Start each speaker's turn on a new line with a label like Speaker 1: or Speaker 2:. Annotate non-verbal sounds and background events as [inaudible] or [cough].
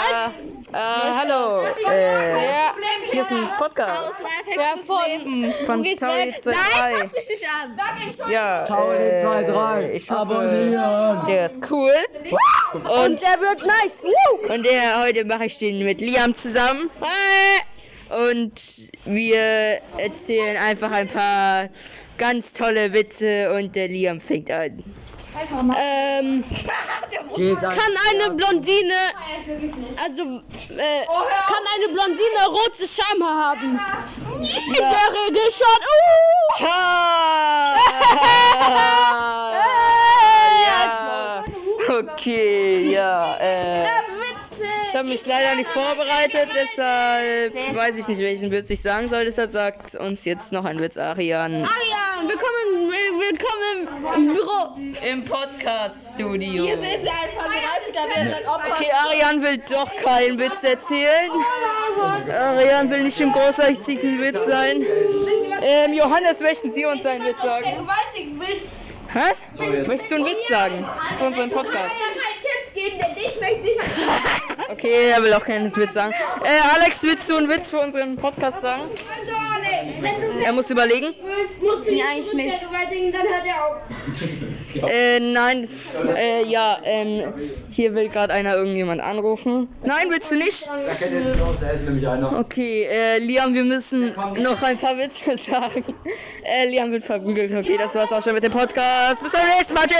Speaker 1: Äh, hallo. Äh, ja, hier ist ein Podcast.
Speaker 2: Lifehacks des Lebens.
Speaker 1: Von Tauri 2
Speaker 2: Nein, fass mich nicht an.
Speaker 1: Ja. äh,
Speaker 3: Tauri 2, 3.
Speaker 1: Ich hoffe,
Speaker 3: Abonnieren.
Speaker 1: der ist cool. Und der wird nice. Und der, heute mache ich den mit Liam zusammen. Und wir erzählen einfach ein paar ganz tolle Witze und der Liam fängt an.
Speaker 2: Ähm,
Speaker 3: Geht ein.
Speaker 2: kann eine Blondine, also, äh, kann eine Blondine rote Schamhaar haben? Ich wäre schon, uh!
Speaker 1: [laughs] Ah, ja. Okay, ja. Äh, ich habe mich leider nicht vorbereitet, deshalb weiß ich nicht, welchen Witz ich sagen soll. Deshalb sagt uns jetzt noch ein Witz, Arian.
Speaker 2: Arian, willkommen, äh, willkommen im Büro.
Speaker 1: Im Podcast-Studio.
Speaker 2: sie einfach gewaltig, da wäre sein Opfer.
Speaker 1: Okay, Arian will doch keinen Witz erzählen. Arian will nicht im großartigsten Witz sein. Ähm, Johannes, möchten Sie uns einen Witz sagen?
Speaker 2: Gewaltig will.
Speaker 1: Was? Möchtest du einen Witz sagen? Für unseren Podcast.
Speaker 2: halt Tipps geben, denn ich möchte
Speaker 1: [laughs]
Speaker 2: nicht
Speaker 1: Okay, er will auch keinen Witz sagen. Äh, Alex, willst du einen Witz für unseren Podcast sagen?
Speaker 2: Wenn du
Speaker 1: Er muss überlegen.
Speaker 2: willst, musst du ihn eigentlich nicht vergewaltigen, dann hört er auf.
Speaker 1: Äh, nein. Äh, ja, ähm, hier will gerade einer irgendjemand anrufen. Nein, willst du nicht?
Speaker 3: Da kennt ihr sich aus, da ist nämlich einer.
Speaker 1: Okay, äh, Liam, wir müssen noch ein paar [laughs] Witze sagen. Äh, Liam wird verprügelt. Okay, das war's auch schon mit dem Podcast. Bis zum nächsten Mal. Tschüss.